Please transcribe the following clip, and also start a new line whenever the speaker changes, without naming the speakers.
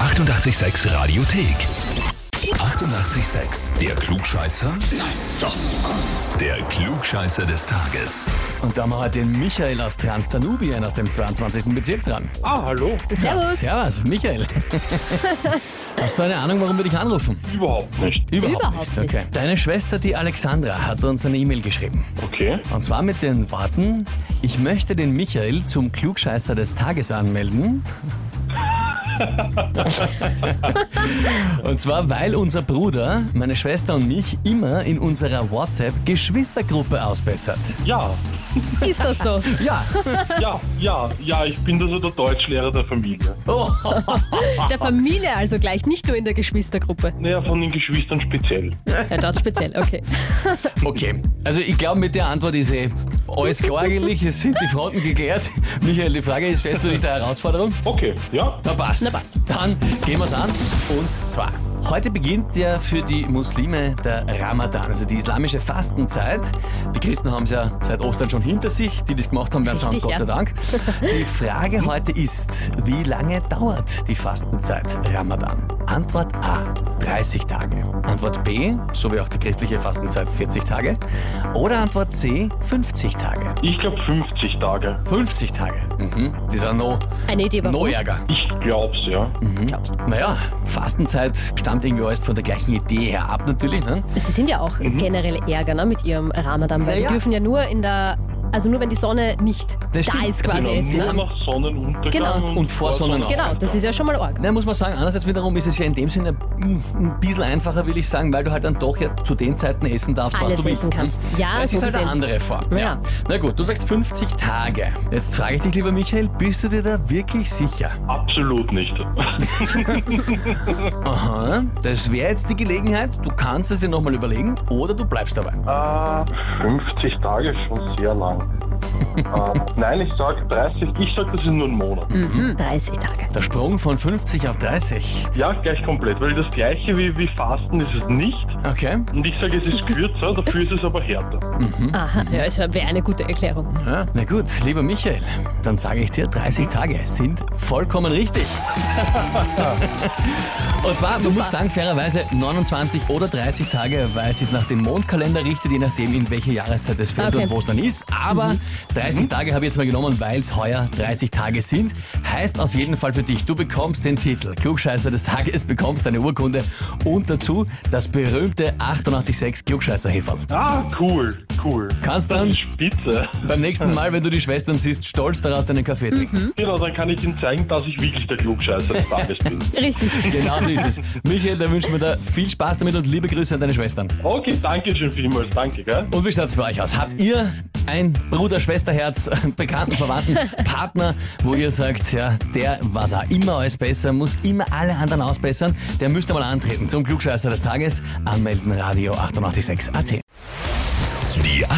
886 Radiothek. 88,6. Der Klugscheißer? Nein, doch. Der Klugscheißer des Tages.
Und da haben wir heute den Michael aus Transdanubien aus dem 22. Bezirk dran.
Ah, hallo?
Servus.
Servus, Michael. Hast du eine Ahnung, warum wir dich anrufen?
Überhaupt nicht.
Überhaupt nicht.
Okay. Deine Schwester, die Alexandra, hat uns eine E-Mail geschrieben.
Okay.
Und zwar mit den Worten, ich möchte den Michael zum Klugscheißer des Tages anmelden. und zwar, weil unser Bruder, meine Schwester und mich immer in unserer WhatsApp-Geschwistergruppe ausbessert.
Ja,
Ist das so?
Ja.
ja, ja, ja, ich bin also der Deutschlehrer der Familie.
Oh.
Der Familie also gleich, nicht nur in der Geschwistergruppe.
Naja, von den Geschwistern speziell.
Ja, dort speziell, okay.
Okay. Also ich glaube, mit der Antwort ist eh alles klar eigentlich. Es sind die Fronten geklärt. Michael, die Frage ist, stellst du dich der Herausforderung?
Okay, ja,
Na passt. Na passt. Dann gehen wir's an. Und zwar. Heute beginnt ja für die Muslime der Ramadan, also die islamische Fastenzeit. Die Christen haben's ja seit Ostern schon hinter sich. Die, die es gemacht haben, werden sagen,
Richtig,
Gott sei
ja.
Dank. Die Frage heute ist, wie lange dauert die Fastenzeit Ramadan? Antwort A, 30 Tage. Antwort B, so wie auch die christliche Fastenzeit, 40 Tage. Oder Antwort C, 50 Tage.
ich glaube 50 Tage.
50 Tage. Mhm. Das ist ein No,
Eine Idee, warum?
no Ärger.
Ich glaub's, ja.
Glaubst du?
Naja, Fastenzeit stammt irgendwie alles von der gleichen Idee her ab natürlich. Ne?
Sie sind ja auch generell Ärger ne, mit ihrem Ramadan, weil
Naja.
die dürfen ja nur in der, also nur wenn die Sonne nicht da
Das stimmt.
ist quasi
Also
essen.
Genau, Nur
Ne?
nach Sonnenuntergang
Genau.
Und vor Sonnenauf-
Genau, das ist ja schon mal arg.
Na, muss man sagen, andererseits wiederum ist es ja in dem Sinne mm, ein bisschen einfacher, will ich sagen, weil du halt dann doch ja zu den Zeiten essen darfst, was
Alles
du willst.
essen
ne?
kannst. Ja,
es
so
ist halt eine
gesehen.
andere Form.
Ja.
Na gut, du sagst 50 Tage. Jetzt frage ich dich, lieber Michael, bist du dir da wirklich sicher?
Absolut nicht.
Aha, das wäre jetzt die Gelegenheit, du kannst es dir nochmal überlegen oder du bleibst dabei.
äh, 50 Tage ist schon sehr lang. äh, nein, ich sag 30, ich sag, das ist nur ein Monat.
Mhm. 30 Tage.
Der Sprung von 50 auf 30.
Ja, gleich komplett, weil das gleiche wie, wie Fasten ist es nicht.
Okay.
Und ich sage, es ist kürzer, dafür ist es aber härter.
Mhm.
Aha, ja, also wäre eine gute Erklärung.
Ja, na gut, lieber Michael, dann sage ich dir, 30 Tage sind vollkommen richtig. Und zwar, man muss sagen, fairerweise 29 oder 30 Tage, weil es sich nach dem Mondkalender richtet, je nachdem, in welche Jahreszeit es fällt
Okay.
und wo es dann ist. Aber 30 Tage habe ich jetzt mal genommen, weil es heuer 30 Tage sind. Heißt auf jeden Fall für dich, du bekommst den Titel Klugscheißer des Tages, bekommst deine Urkunde und dazu das berühmte 886 Klugscheißer-Heferl.
Ah, cool, cool.
Kannst
Das
dann
ist spitze.
beim nächsten Mal, wenn du die Schwestern siehst, stolz daraus deinen Kaffee trinken.
Genau, dann kann ich ihm zeigen, dass ich wirklich der Klugscheißer des Tages bin.
Richtig.
Genau so ist es. Michael, da wünschen wir dir viel Spaß damit und liebe Grüße an deine Schwestern.
Okay, danke schön vielmals, danke, gell?
Und wie schaut's bei euch aus? Habt ihr ein Bruder-Schwesterherz, einen Bekannten, Verwandten, Partner, wo ihr sagt, ja, der was auch immer alles besser, muss immer alle anderen ausbessern, der müsste mal antreten zum Klugscheißer des Tages. Anmelden Radio 886 AT.
Die